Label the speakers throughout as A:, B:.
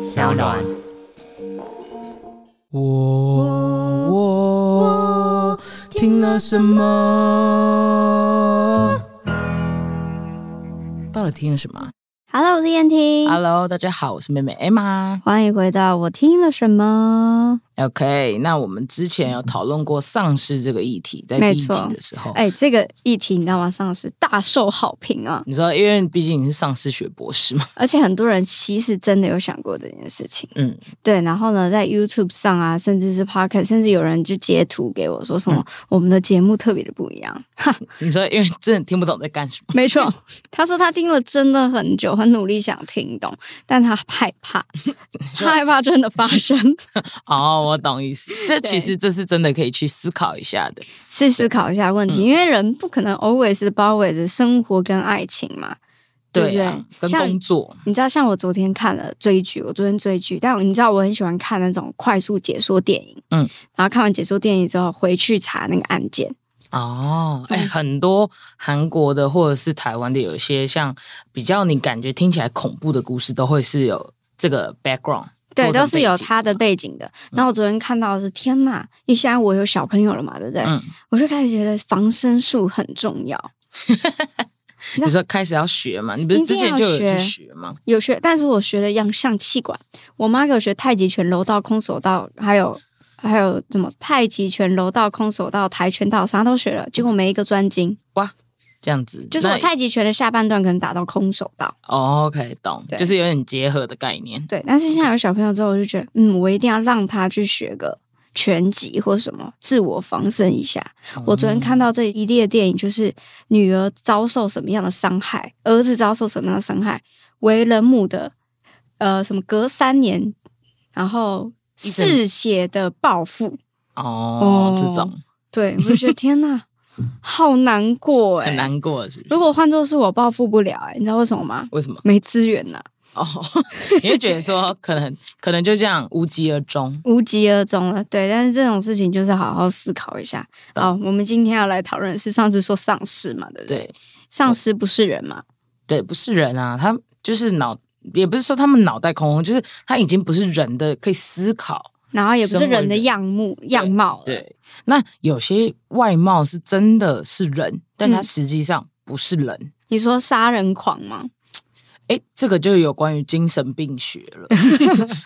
A: 小暖。
B: 我我听了什么？到底听了什么
C: Hello，我是燕婷
B: ？Hello，大家好，我是妹妹 Emma。
C: 欢迎回到我听了什么？
B: OK，那我们之前有讨论过丧尸这个议题，在第
C: 没
B: 一
C: 错
B: 集的时候，
C: 哎、这个议题你知道吗？上次大受好评啊，
B: 你知道，因为毕竟你是丧尸学博士嘛，
C: 而且很多人其实真的有想过这件事情。
B: 嗯，
C: 对，然后呢，在 YouTube 上啊，甚至是 Pocket，甚至有人就截图给我说什么、
B: 嗯
C: 我们的节目特别的不一 样。
B: 你知道，因为真的听不懂在干什么，
C: 没错，他说他听了真的很久，很努力想听懂，但他害 怕，他害怕真的发生，
B: 哦，我懂意思。这
C: 对
B: 其实这是真的可以去思考一下的，
C: 去思考一下问
B: 嗯
C: 题，因为人不可能 always 包围着生活跟爱情嘛，对不对？
B: 啊，跟
C: 像
B: 工作，
C: 你知道，像我昨天看了追剧，我昨天追剧，但你知道我很喜欢看那种快速解说电影，
B: 嗯，
C: 然后看完解说电影之后回去查那个案件，
B: 哦，哎、很多韩国的或者是台湾的，有一些像比较你感觉听起来恐怖的故事，都会是有这个 background，
C: 对，
B: 做成
C: 都是有
B: 背景嗯
C: 他的背景的。然后我昨天看到的是，天哪！因为现在我有小朋友了嘛，对不对？
B: 嗯
C: 我就开始觉得防身术很重要。
B: 你说开始要学嘛？你不是
C: 一
B: 之
C: 定
B: 前
C: 要
B: 就有去
C: 学
B: 学吗？
C: 有学，但是我学的样像气管，我妈给我学太极拳、柔道、空手道，还有还有什么太极拳、柔道、空手道、跆拳道，啥都学了，结果没一个专精。
B: 这样子，
C: 就是我
B: 那
C: 太极拳的下半段可能打到空手道，
B: 哦，OK，懂，
C: 对
B: 就是有点结合的概念。
C: 对。但是现在有小朋友之后，我就觉得，嗯，我一定要让他去学个拳击或什么，自我防身一下。我昨天
B: 嗯
C: 看
B: 哦
C: 到这一列电影，就是女儿遭受什么样的伤害，儿子遭受什么样的伤害，为人母的，呃，什么隔三年，然后
B: 一整
C: 嗜血的报复。
B: 哦
C: 哦，
B: 这种
C: 对，我 就觉得天哪，好难过哎、
B: 很难过，是不是？
C: 如果换作是我，报复不了哎、你知道为什么吗？
B: 为什么？
C: 没资源呐、
B: 哦， 你会觉得说可能可能就这样无疾而终。
C: 无疾而终了。对，但是这种事情就是好好思考一下。好，我们今天要来讨论的是上次说丧尸嘛，对不对？
B: 对
C: 丧尸不是人嘛？
B: 对，不是人啊，他就是脑，也不是说他们脑袋空空，就是他已经不是人的可以思考。
C: 然后也不
B: 生
C: 是
B: 为
C: 人的
B: 人
C: 样目样貌了，
B: 对，那有些外貌是真的是人，但他
C: 嗯
B: 实际上不是人。
C: 你说杀人狂吗？
B: 哎、这个就有关于精神病学 了。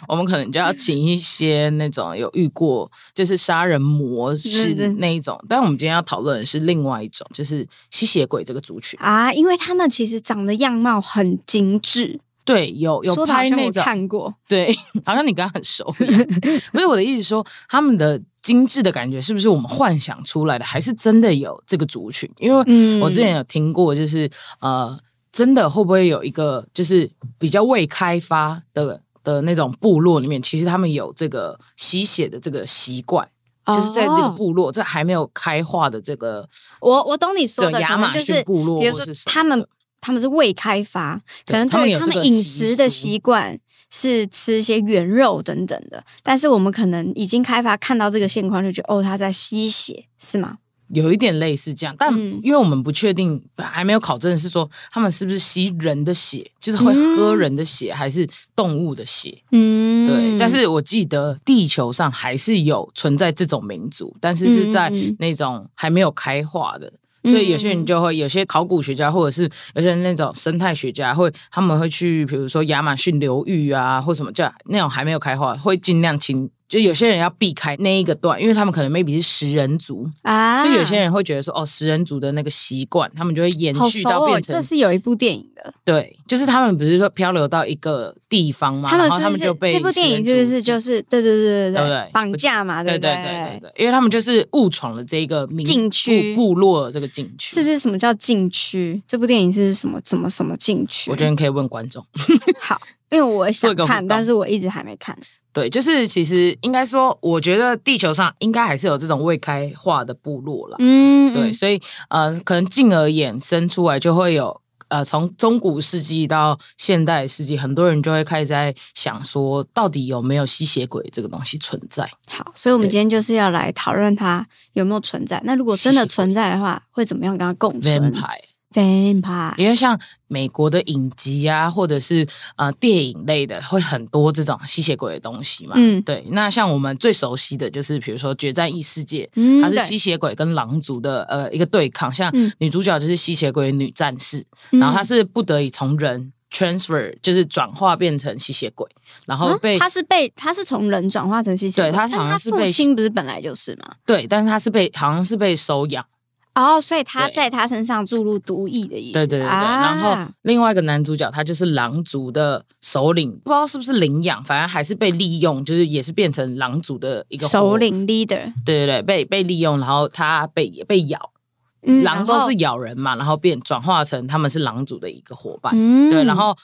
B: 我们可能就要请一些那种有遇过就是杀人魔是
C: 对对
B: 那一种，但我们今天要讨论的是另外一种，就是吸血鬼这个族群。
C: 啊，因为他们其实长得样貌很精致，
B: 对，有有
C: 说的好
B: 拍
C: 像
B: 那
C: 我
B: 种，
C: 看过，
B: 对， 好像你跟他很熟一样。不是我的意思说，他们的精致的感觉是不是我们幻想出来的，还是真的有这个族群？因为
C: 嗯
B: 我之前有听过，就是呃，真的会不会有一个就是比较未开发的的那种部落里面，其实他们有这个吸血的这个习惯。就是在这个
C: 哦
B: 部落，这还没有开化的这个
C: 我我懂你
B: 这
C: 说
B: 种
C: 的，
B: 亚
C: 可
B: 马
C: 能就
B: 逊
C: 是
B: 部落，
C: 比如
B: 或
C: 说
B: 是什么
C: 他们
B: 的
C: 他们是未开发，
B: 对
C: 可能
B: 他们
C: 对于
B: 有
C: 他
B: 这个
C: 们饮
B: 习
C: 食的
B: 俗
C: 习惯是吃一些原肉等等的，但是我们可能已经开发看到这个现况，就觉得哦他在吸血是吗？
B: 有一点类似这样，但
C: 嗯
B: 因为我们不确定，还没有考证是说他们是不是吸人的血，就是会喝人的血，还是动物的血？
C: 嗯，
B: 对，但是我记得地球上还是有存在这种民族，但是是在
C: 嗯嗯嗯
B: 那种还没有开化的。所以有些人就
C: 嗯
B: 会，有些考古学家或者是有些人那种生态学家会，他们会去，比如说亚马逊流域啊，或什么叫那种还没有开化，会尽量清。就有些人要避开那一个段，因为他们可能 maybe 是食人族，
C: 啊，
B: 所以有些人会觉得说，哦，食人族的那个习惯，他们就会延
C: 好
B: 续
C: 熟
B: 到
C: 哦，
B: 变成、
C: 这是有一部电影的，
B: 对，就是他们不是说漂流到一个地方吗？
C: 他们
B: 然后
C: 是
B: 他
C: 不
B: 们
C: 是
B: 就被
C: 这部电影是不是
B: 食人族
C: 就是对对对
B: 对
C: 对
B: 不对
C: 绑架嘛，
B: 对
C: 不
B: 对对对对，因为他们就是误闯了这个民
C: 禁区
B: 部部落这个禁区，
C: 是不是什么叫禁区？这部电影是什么？怎么什么禁区？
B: 我觉得你可以问观众。
C: 好，因为我
B: 做
C: 想
B: 一个
C: 看，
B: 互动
C: 但是我一直还没看。
B: 对，就是其实应该说，我觉得地球上应该还是有这种未开化的部落啦。
C: 嗯
B: 对，所以呃，可能进而衍生出来就会有呃，从中古世纪到现代世纪，很多人就会开始在想说，到底有没有吸血鬼这个东西存在？
C: 好，所以我们
B: 对
C: 今天就是要来讨论它有没有存在。那如果真的存在的话，会怎么样跟它共存？
B: vampire
C: vampire，
B: 因为像美国的影集啊，或者是呃电影类的，会很多这种吸血鬼的东西嘛。
C: 嗯
B: 对。那像我们最熟悉的就是，比如说《决战异世界》，
C: 嗯
B: 它是
C: 对
B: 吸血鬼跟狼族的呃一个对抗，像
C: 嗯
B: 女主角就是吸血鬼女战士，然后她是不得已从人 transfer 就是转化变成吸血鬼，然后
C: 啊
B: 被、
C: 他是被他是从人转化成吸血鬼，
B: 对他
C: 但
B: 好像
C: 他
B: 是
C: 父
B: 被
C: 亲不是本来就是吗？
B: 对，但是她是被好像是被收养。
C: 哦，所以他
B: 对
C: 在他身上注入毒液的意思。
B: 对对对对，
C: 啊
B: 然后另外一个男主角他就是狼族的首领，不知道是不是领养，反正还是被利用，就是也是变成狼族的一个
C: 首
B: 活。
C: 领 leader，
B: 对对对，被被利用，然后他被被咬，
C: 嗯
B: 狼都是
C: 然后
B: 咬人嘛，然后变转化成他们是狼族的一个伙伴。
C: 嗯
B: 对，然后《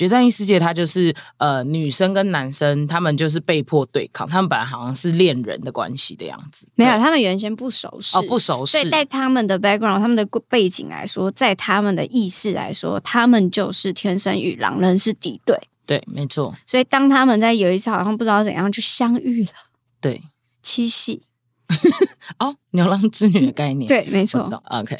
B: 决战异世界》它就是呃女生跟男生他们就是被迫对抗，他们本来好像是恋人的关系的样子，
C: 没有，
B: 对
C: 他们原先不熟识
B: 哦不熟
C: 所以
B: 识，
C: 在他们的 background、他们的背景来说，在他们的意识来说，他们就是天生与狼人是敌对。
B: 对，没错，
C: 所以当他们在有一次好像不知道怎样就相遇了，
B: 对，
C: 七夕，
B: 哦，牛郎织女的概念，
C: 嗯对，
B: 嗯
C: 没
B: 我
C: 错，
B: 懂，OK，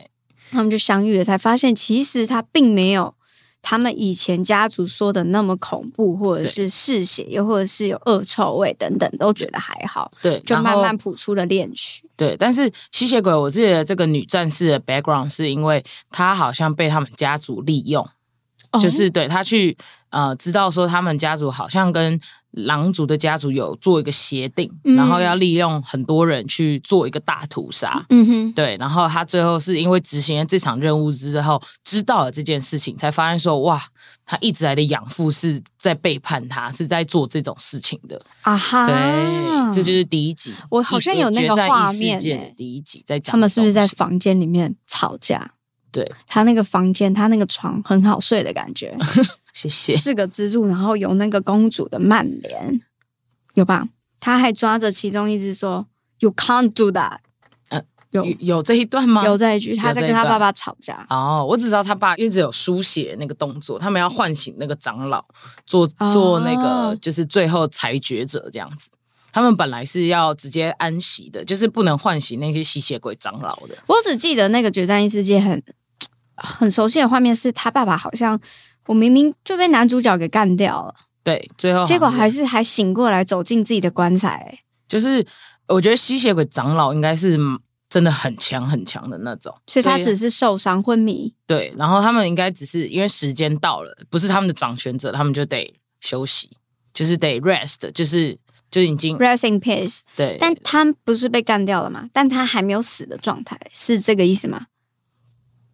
C: 他们就相遇了，才发现其实他并没有他们以前家族说的那么恐怖，或者
B: 对
C: 是嗜血，又或者是有恶臭味等等，都觉得还好，
B: 对，
C: 就
B: 嗯然
C: 慢
B: 后
C: 慢谱出了恋曲。
B: 对，但是吸血鬼，我记得这个女战士的 background 是因为她好像被他们家族利用，
C: 哦
B: 就是对她去呃知道说他们家族好像跟狼族的家族有做一个协定，
C: 嗯
B: 然后要利用很多人去做一个大屠杀。
C: 嗯哼，
B: 对，然后她最后是因为执行了这场任务之后，知道了这件事情，才发现说哇，她一直来的养父是在背叛她，是在做这种事情的。
C: 啊哈，
B: 对，这就是第一集。
C: 我好像有那个
B: 决战异
C: 画面
B: 世界的
C: 欸
B: 第一集在讲
C: 他们是不是在
B: 这种
C: 房间里面吵架？
B: 对，
C: 他那个房间，他那个床很好睡的感觉，
B: 事谢 谢。
C: 四个支柱，然后有那个公主的曼联，有吧？他还抓着其中一只说，You can't do that。
B: 呃
C: 有
B: 有有这一段吗？
C: 有这一句，他在跟他
B: 有这一段
C: 爸爸吵架。
B: 哦，我只知道他爸一直有书写那个动作，他们要唤醒那个长老，做
C: 哦
B: 做那个就是最后裁决者这样子。他们本来是要直接安息的，就是不能唤醒那些吸血鬼长老的。
C: 我只记得那个《决战异世界很》很熟悉的画面，是他爸爸好像我明明就被男主角给干掉了，
B: 对，最哦后好像
C: 结果还
B: 是
C: 是还醒过来走进自己的棺材、欸
B: 就是，我觉得吸血鬼长老应该是真的很强很强的那种，
C: 所以他只是受伤昏迷。
B: 对，然后他们应该只是因为时间到了，不是他们的掌权者，他们就得休息，就是得 rest，就是就已经
C: Rest in peace。
B: 对，
C: 但他不是被干掉了吗？但他还没有死的状态，是这个意思吗？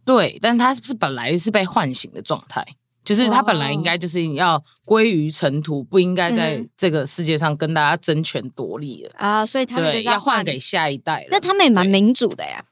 B: 对，但他是本来是被唤醒的状态，就是他本来应该就是要归于尘土，不应该在
C: 哦嗯
B: 这个世界上跟大家争权夺利了。
C: 啊，所以他们就
B: 对，
C: 是要
B: 要换给。下一代了。
C: 那他们也蛮民主的呀。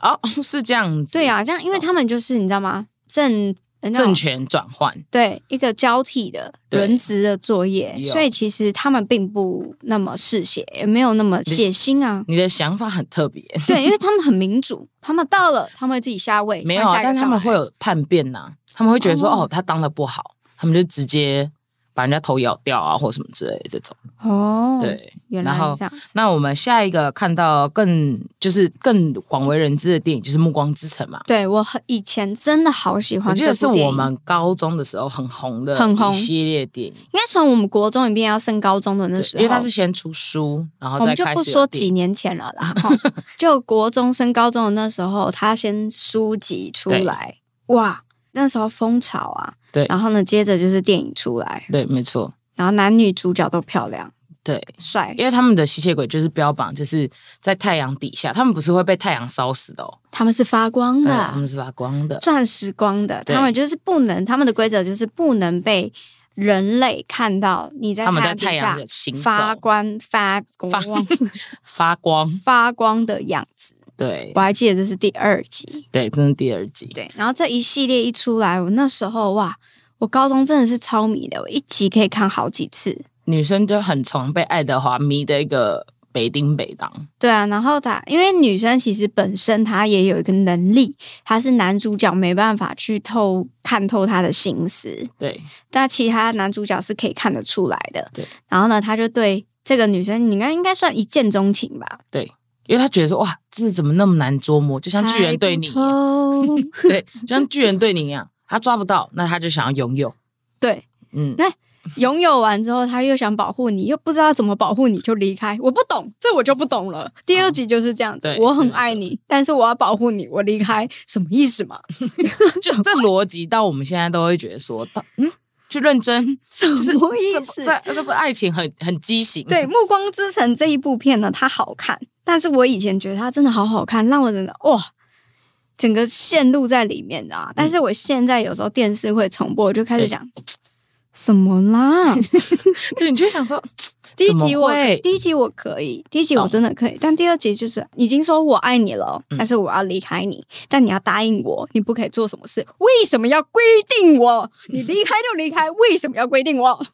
B: 哦，是这样子，哦
C: 对啊，这样因为他们就是你知道吗？政呃那种
B: 政权转换，
C: 对一个交替的
B: 对
C: 轮值的作业，
B: 有。
C: 所以其实他们并不那么嗜血，也没有那么血腥啊
B: 你的想法很特别，
C: 对，因为他们很民主，他们到了他们会自己下位，
B: 没有啊
C: 换下，一个
B: 但他们
C: 上来
B: 会有叛变呐、他们会觉得说，
C: 哦
B: 哦，他当的不好，他们就直接把人家头咬掉啊，或什么之类的这种。
C: 哦，，
B: 对，
C: 原来
B: 然后
C: 是这样子。
B: 那我们下一个看到更就是更广为人知的电影就是《暮光之城》嘛，
C: 对我很以前真的好喜
B: 我
C: 欢
B: 记
C: 这
B: 得是
C: 部电
B: 我
C: 影，
B: 们高中的时候很红的
C: 很红
B: 一系列电影，
C: 应该从我们国中一遍要升高中的那
B: 对
C: 时候，
B: 因为它是先出书，然后
C: 我
B: 再
C: 们就
B: 开
C: 不
B: 始有
C: 说
B: 电
C: 几
B: 影。
C: 年前了 啦，哈就国中升高中的那时候，他先书籍出来，哇，那时候风潮啊，
B: 对
C: 然后呢，接着就是电影出来，
B: 对，没错，
C: 然后男女主角都漂亮
B: 对，
C: 帅，
B: 因为他们的吸血鬼就是标榜就是在太阳底下，他们不是会被太阳烧死的哦，
C: 他们是发光
B: 对，他
C: 的，啊
B: 们是发光的，
C: 钻石光的，
B: 嗯对
C: 他们就是不能，他们的规则就是不能被人类看到你在
B: 他们在
C: 底
B: 太
C: 下
B: 阳底下行走
C: 发光发光
B: 发光，
C: 发光的样子。
B: 对
C: 我还记得这是第二集，
B: 对，这是第二集，
C: 对，然后这一系列一出来，我那时候哇，我高中真的是超迷的，我一集可以看好几次。
B: 女生就很常被爱德华迷的一个北丁北当，
C: 对啊，然后她因为女生其实本身她也有一个能力，她是男主角没办法去透看透她的心思，
B: 对
C: 但其他男主角是可以看得出来的。
B: 对，
C: 然后呢，他就对这个女生，你应该应该算一见钟情吧？
B: 对，因为他觉得说哇，这怎么那么难捉摸，就像巨人对你一样。
C: 猜不透哦，
B: 对，就像巨人对你一样，啊他抓不到，那他就想要拥有，
C: 对，
B: 嗯，
C: 拥有完之后，他又想保护你，又不知道怎么保护你，就离开。我不懂，这我就不懂了。第二集就是这样子，
B: 对
C: 我
B: 是
C: 很
B: 的
C: 爱你，但是我要保护你，我离开，什么意思嘛？
B: 就这逻辑到我们现在都会觉得说，到嗯，去认真，
C: 什
B: 就是
C: 么意
B: 这
C: 思
B: 不？这这不爱情很很畸形，
C: 对，《暮光之城》这一部片呢，它好看，但是我以前觉得它真的好好看，让我真的哇，整个陷入在里面的啊。但是我现在有时候电视会重播，我就开始
B: 嗯对
C: 想。什么啦？
B: 对，你就想说，
C: 第一集
B: 怎么
C: 我
B: 会
C: 第一集我可以，第一集我真的可以，但第二集就是已经说我爱你了哦，
B: 嗯
C: 但是我要离开你，但你要答应我，你不可以做什么事。为什么要规定 我？你离开就离开，为什么要规定我？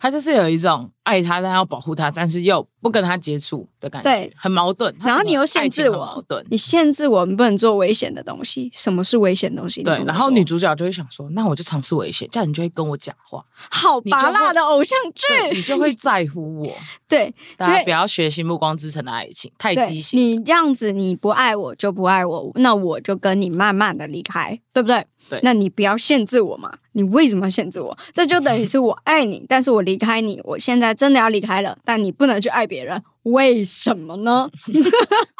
B: 他就是有一种爱他，但要保护他，但是又不跟他接触的感觉，
C: 对，
B: 很矛盾。
C: 然后你又
B: 他整个
C: 限制
B: 爱情很
C: 我
B: 矛盾，
C: 你限制我们不能做危险的东西。什么是危险东西？
B: 对
C: 跟。我
B: 然后
C: 说
B: 女主角就会想说，那我就尝试危险，这样你就会跟我讲话，
C: 好拔辣的偶像
B: 对，
C: 剧，
B: 你就会在乎我。
C: 对
B: 大家不要学习《暮光之城》的爱情，太
C: 对
B: 畸，形。
C: 你这样子你不爱我就不爱我，那我就跟你慢慢的离开，对不对？
B: 对
C: 那你不要限制我嘛，你为什么要限制我？这就等于是我爱你，但是我离开你，我现在真的要离开了，但你不能去爱别人，为什么呢？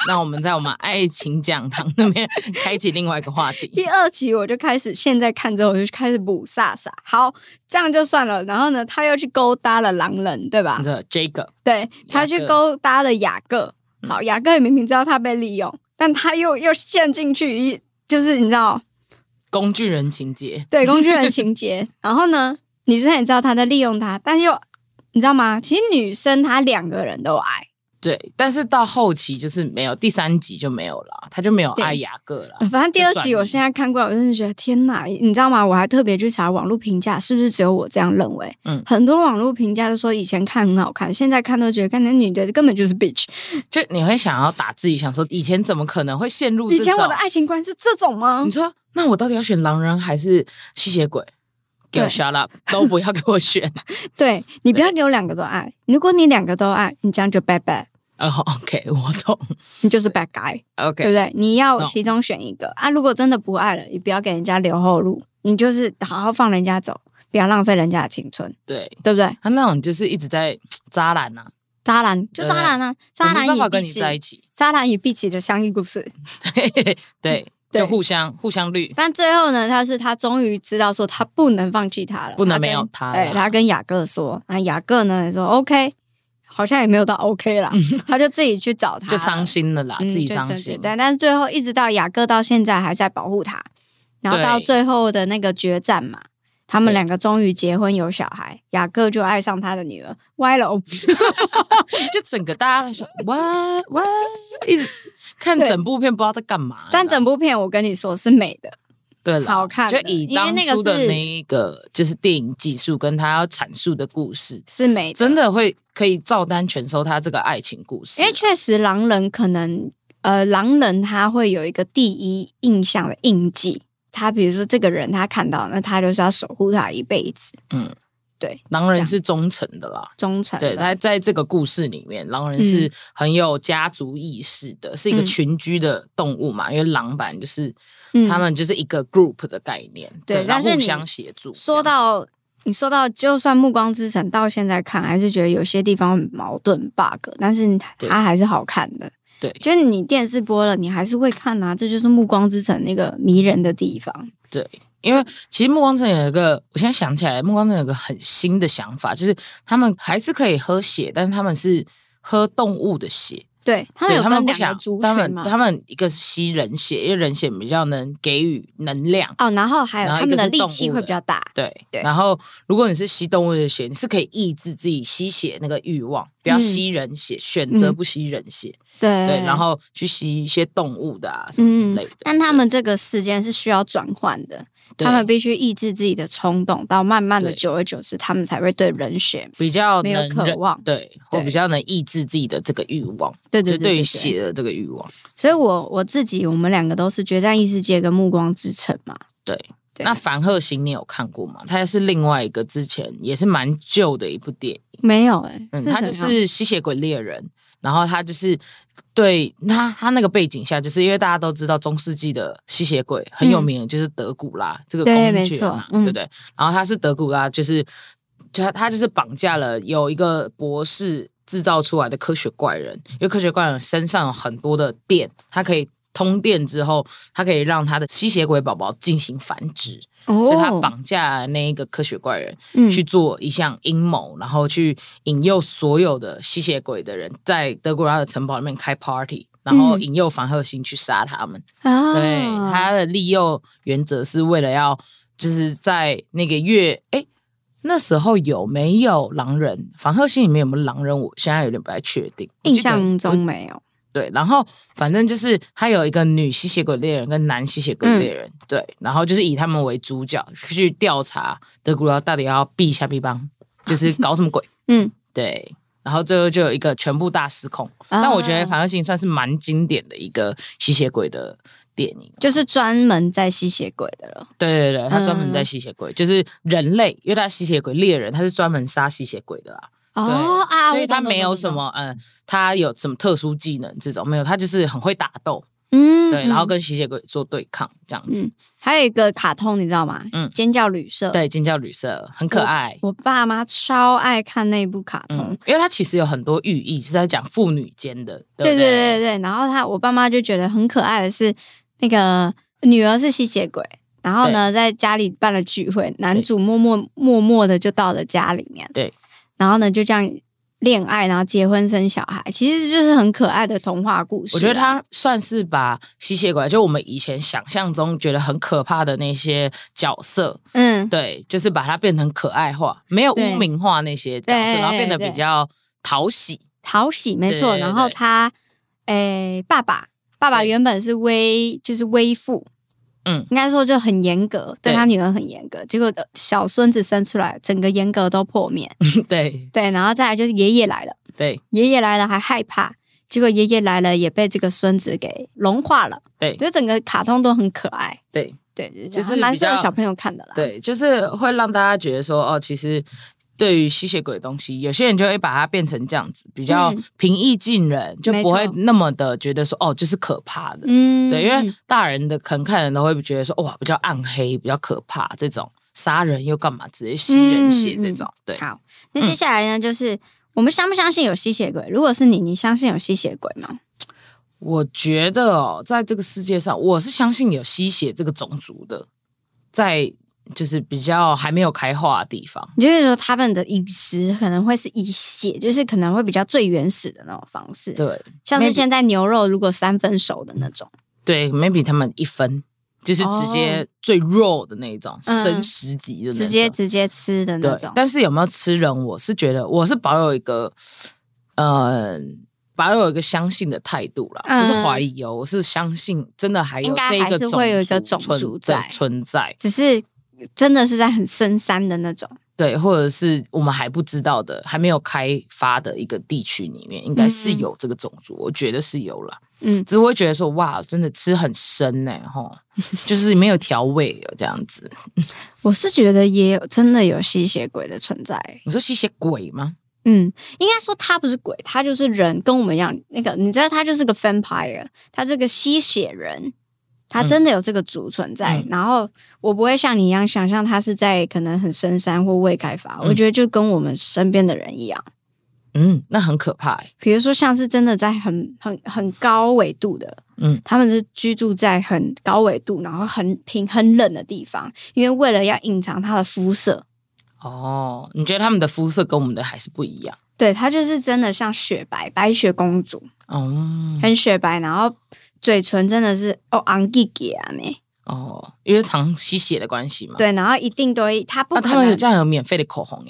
B: 那我们在我们爱情讲堂那边开启另外一个话题。
C: 第二集我就开始，现在看之后我就开始补萨萨，好，这样就算了。然后呢，他又去勾搭了狼人，对吧
B: 你？的 Jacob，
C: 对他去勾搭了雅各。
B: 嗯
C: 好，雅各也明明知道他被利用，但他又又陷进去一，就是你知道，
B: 工具人情节，
C: 对工具人情节。然后呢，女生也知道他在利用他，但又你知道吗？其实女生她两个人都爱，
B: 对，但是到后期就是没有，第三集就没有了，他就没有爱雅各了。
C: 反正第二集
B: 啊就转移
C: 我现在看过来，我真的觉得天哪，你知道吗？我还特别去查网络评价，是不是只有我这样认为？
B: 嗯
C: 很多网络评价都说以前看很好看，现在看都觉得看那女的根本就是 bitch。
B: 就你会想要打自己，想说以前怎么可能会陷入这
C: 以
B: 种？
C: 前我的爱情观是这种吗？
B: 你说，那我到底要选狼人还是吸血鬼？给我
C: 对
B: shut up，都不要给我选。
C: 对你不要留两个都爱，如果你两个都爱，你这样就 bad bad，
B: 哦、o k 我懂。
C: 你就是 bad guy，对
B: OK，
C: 不对？你要
B: 懂
C: 其中选一个啊。如果真的不爱了，也不要给人家留后路，你就是好好放人家走，不要浪费人家的青春，
B: 对
C: 对不对？
B: 他那种就是一直在渣男呐、
C: 渣男就
B: 对
C: 渣男啊，渣
B: 呃我没
C: 男
B: 办法
C: 与
B: 跟
C: 碧
B: 你在一
C: 池，
B: 起。
C: 渣男与碧池的相遇故事。
B: 对对，
C: 对
B: 就互相互相绿，
C: 但最后呢，他是他终于知道说他不能放弃他了，
B: 不能
C: 他跟
B: 没有他
C: 对
B: 了
C: 他跟雅各说，那雅各呢也说 OK，好像也没有到 OK 啦，他就自己去找他
B: 嗯
C: 了，
B: 就伤心了啦，
C: 嗯
B: 自己
C: 对
B: 伤
C: 对对
B: 心。
C: 对，但是最后一直到雅各到现在还在保护他，然后
B: 对
C: 到最后的那个决战嘛，他们
B: 对
C: 两个终于结婚有小孩，雅各就爱上他的女儿歪楼。
B: 就整个大家都想 what what，一直看
C: 对
B: 整部片不知道在干嘛。
C: 但整部片我跟你说是美的，
B: 对了，
C: 好看
B: 啊就
C: 的
B: 以
C: 因为
B: 当
C: 那个
B: 初的
C: 是
B: 那一个就是电影技术跟他要阐述的故事，
C: 是美的，
B: 真。的会可以照单全收他这个爱情故事。
C: 因为确实狼人可能，呃，狼人他会有一个第一印象的印记。他比如说这个人他看到，那他就是要守护他一辈子，
B: 嗯，
C: 对，
B: 狼
C: 这
B: 人
C: 样
B: 是忠诚的啦。
C: 忠诚的。
B: 对，在在这个故事里面，狼人是很有家族意识的，是一个
C: 嗯
B: 群居的动物嘛。因为狼版就是、
C: 嗯
B: 他们就是一个 group 的概念，然
C: 对
B: 后
C: 但是
B: 互
C: 你
B: 相协助。
C: 说
B: 这样
C: 到你说到，就算《暮光之城》到现在看，还是觉得有些地方很矛盾 bug，但是
B: 对
C: 它还是好看的。
B: 对
C: 就是你电视播了，你还是会看啊，这就是《暮光之城》那个迷人的地方。
B: 对，因为其实《暮光之城》有一个，我现在想起来，《暮光之城》有个很新的想法，就是他们还是可以喝血，但是他们是喝动物的血。
C: 对，他们
B: 对
C: 有
B: 他们
C: 分
B: 不
C: 两个
B: 想
C: 族，
B: 他
C: 群
B: 们
C: 嘛？
B: 他们一个是吸人血，因为人血比较能给予能量。
C: 哦，然后还有
B: 然后
C: 他们
B: 一个
C: 的
B: 是
C: 力气
B: 动物
C: 会
B: 的
C: 比较大。
B: 对，
C: 对
B: 然后如果你是吸动物的血，你是可以抑制自己吸血那个欲望，不要
C: 嗯
B: 吸人血，选择
C: 嗯
B: 不吸人血，
C: 对，
B: 对，然后去吸一些动物的啊什么之类的。
C: 但他们这个时间是需要转换的，
B: 对
C: 他们必须抑制自己的冲动，到慢慢的
B: 对
C: 久而久之，他们才会对人血
B: 比较
C: 没有
B: 能
C: 渴
B: 忍
C: 望
B: 对，或
C: 对
B: 比较能抑制自己的这个欲望，
C: 对对
B: 就
C: 对对
B: 对于
C: 对
B: 血的这个欲望。
C: 所以我我自己，我们两个都是《决战异世界》跟《暮光之城》嘛。
B: 对
C: 对
B: 那《凡鹤行》你有看过吗？它是另外一个之前也是蛮旧的一部电影，
C: 没有哎、
B: 嗯，
C: 这
B: 他就
C: 什么样
B: 是吸血鬼猎人，然后他就是对他他那个背景下，就是因为大家都知道中世纪的吸血鬼很有名，就是德古拉这个
C: 嗯对
B: 公
C: 没
B: 爵
C: 错
B: 嘛，
C: 嗯
B: 对不对？然后他是德古拉，就是就他他就是绑架了有一个博士制造出来的科学怪人，因为科学怪人身上有很多的电，他可以。通电之后，他可以让他的吸血鬼宝宝进行繁殖，
C: 哦，
B: 所以他绑架了那一个科学怪人，
C: 嗯
B: 去做一项阴谋，然后去引诱所有的吸血鬼的人在德古拉的城堡里面开 party，然后
C: 嗯
B: 引诱凡赫星去杀他们。
C: 啊，
B: 对，他的利诱原则是为了要就是在那个月，哎，那时候有没有狼人？凡赫星里面有没有狼人？我现在有点不太确定。我记
C: 印
B: 得
C: 象中没有，
B: 对，然后反正就是他有一个女吸血鬼猎人跟男吸血
C: 嗯
B: 鬼猎人，对，然后就是以他们为主角去调查德古拉到底要避下避帮， 就是搞什么鬼，
C: 嗯，
B: 对，然后最后就有一个全部大失控。但我觉得
C: 啊
B: 反而性算是蛮经典的一个吸血鬼的电影，
C: 就是专门在吸血鬼的了，
B: 对对对，他专门
C: 嗯
B: 在吸血鬼，就是人类，因为他吸血鬼猎人，他是专门杀吸血鬼的啦。
C: 哦
B: 对
C: 啊，
B: 所以
C: 我懂
B: 他没有什，
C: 懂懂懂
B: 么，嗯，他有什么特殊技能这种没有，他就是很会打斗，
C: 嗯，
B: 对，然后
C: 嗯
B: 跟吸血鬼做对抗这样子。
C: 嗯还有一个卡通，你知道吗？
B: 嗯
C: 尖叫旅社，
B: 对，尖叫旅社很可爱。
C: 我爸妈超爱看那部卡通，
B: 嗯，因为它其实有很多寓意是在讲父女间的，对不
C: 对对对
B: 对
C: 对，然后他我爸妈就觉得很可爱的是，那个女儿是吸血鬼，然后呢在家里办了聚会，男主默默默默的就到了家里面，
B: 对，
C: 然后呢就这样恋爱，然后结婚生小孩，其实就是很可爱的童话故事啊、
B: 我觉得它算是把吸血鬼，就我们以前想象中觉得很可怕的那些角色，
C: 嗯，
B: 对，就是把它变成可爱化，没有
C: 对
B: 污名化那些角色，
C: 对
B: 然后变得
C: 对
B: 比较讨喜。
C: 讨喜没错，
B: 对对
C: 然后
B: 对
C: 他诶爸爸爸爸
B: 对
C: 原本是威就是威父。
B: 嗯，
C: 应该说就很严格，对
B: 对
C: 他女儿很严格，结果呃小孙子生出来，整个严格都破灭。
B: 对
C: 对，然后再来就是爷爷来了，
B: 对
C: 爷爷来了还害怕，结果爷爷来了也被这个孙子给融化了。
B: 对
C: 就整个卡通都很可爱。
B: 对
C: 对，就是
B: 就是
C: 这样
B: 比
C: 蛮适合
B: 较
C: 小朋友看的啦。
B: 对，就是会让大家觉得说，哦，其实对于吸血鬼的东西，有些人就会把它变成这样子，比较
C: 嗯
B: 平易近人，就
C: 没
B: 不会
C: 错
B: 那么的觉得说，哦，就是可怕的。
C: 嗯，
B: 对，因
C: 嗯
B: 为大人的可能看人都会觉得说，哇，比较暗黑，比较可怕，这种杀人又干嘛，直接吸人血
C: 嗯嗯
B: 这种，对，
C: 好，那接下来呢，就是我们相不相信有吸血鬼？如果是你，你相信有吸血鬼吗？
B: 我觉得哦，在这个世界上，我是相信有吸血这个种族的，在就是比较还没有开化的地方。
C: 你就是说他们的饮食可能会是以血，就是可能会比较最原始的那种方式，
B: 对
C: 像是
B: maybe
C: 现在牛肉如果三分熟的那种，
B: 对，maybe 他们一分就是直接最 raw 的那一种，
C: 哦嗯
B: 生食级的那种，
C: 直接直接吃的那
B: 对
C: 种，。
B: 但是有没有吃人，我是觉得我是保有一个，呃，保有一个相信的态度啦，
C: 嗯
B: 不是怀疑哦，我是相信真的还有
C: 应该
B: 这一
C: 还
B: 个
C: 是会有一个种
B: 存
C: 族
B: 对
C: 在
B: 存在，
C: 只是真的是在很深山的那种。
B: 对，或者是我们还不知道的、还没有开发的一个地区里面，应该是
C: 嗯
B: 有这个种族，我觉得是有啦。
C: 嗯，
B: 只会觉得说哇，真的吃很深呢、吼，就是没有调味哦，这样子。
C: 我是觉得也有真的有吸血鬼的存在。
B: 你说吸血鬼吗？
C: 嗯，应该说他不是鬼，他就是人，跟我们一样。那个你知道，他就是个 vampire，他这个吸血人，他真的有这个族存在。
B: 嗯
C: 然后我不会像你一样想象他是在可能很深山或未开发，
B: 嗯
C: 我觉得就跟我们身边的人一样。
B: 嗯，那很可怕、欸。
C: 比如说，像是真的在很很很高纬度的，
B: 嗯，
C: 他们是居住在很高纬度，然后很平很冷的地方，因为为了要隐藏他的肤色，
B: 哦，你觉得他们的肤色跟我们的还是不一样？
C: 对他就是真的像雪白白雪公主，
B: 哦
C: 很雪白，然后嘴唇真的是哦昂吉吉啊呢，
B: 哦，因为常吸血的关系嘛。，
C: 对，然后一定都会，他不
B: 那、
C: 可
B: 啊他们有
C: 能
B: 这样有免费的口红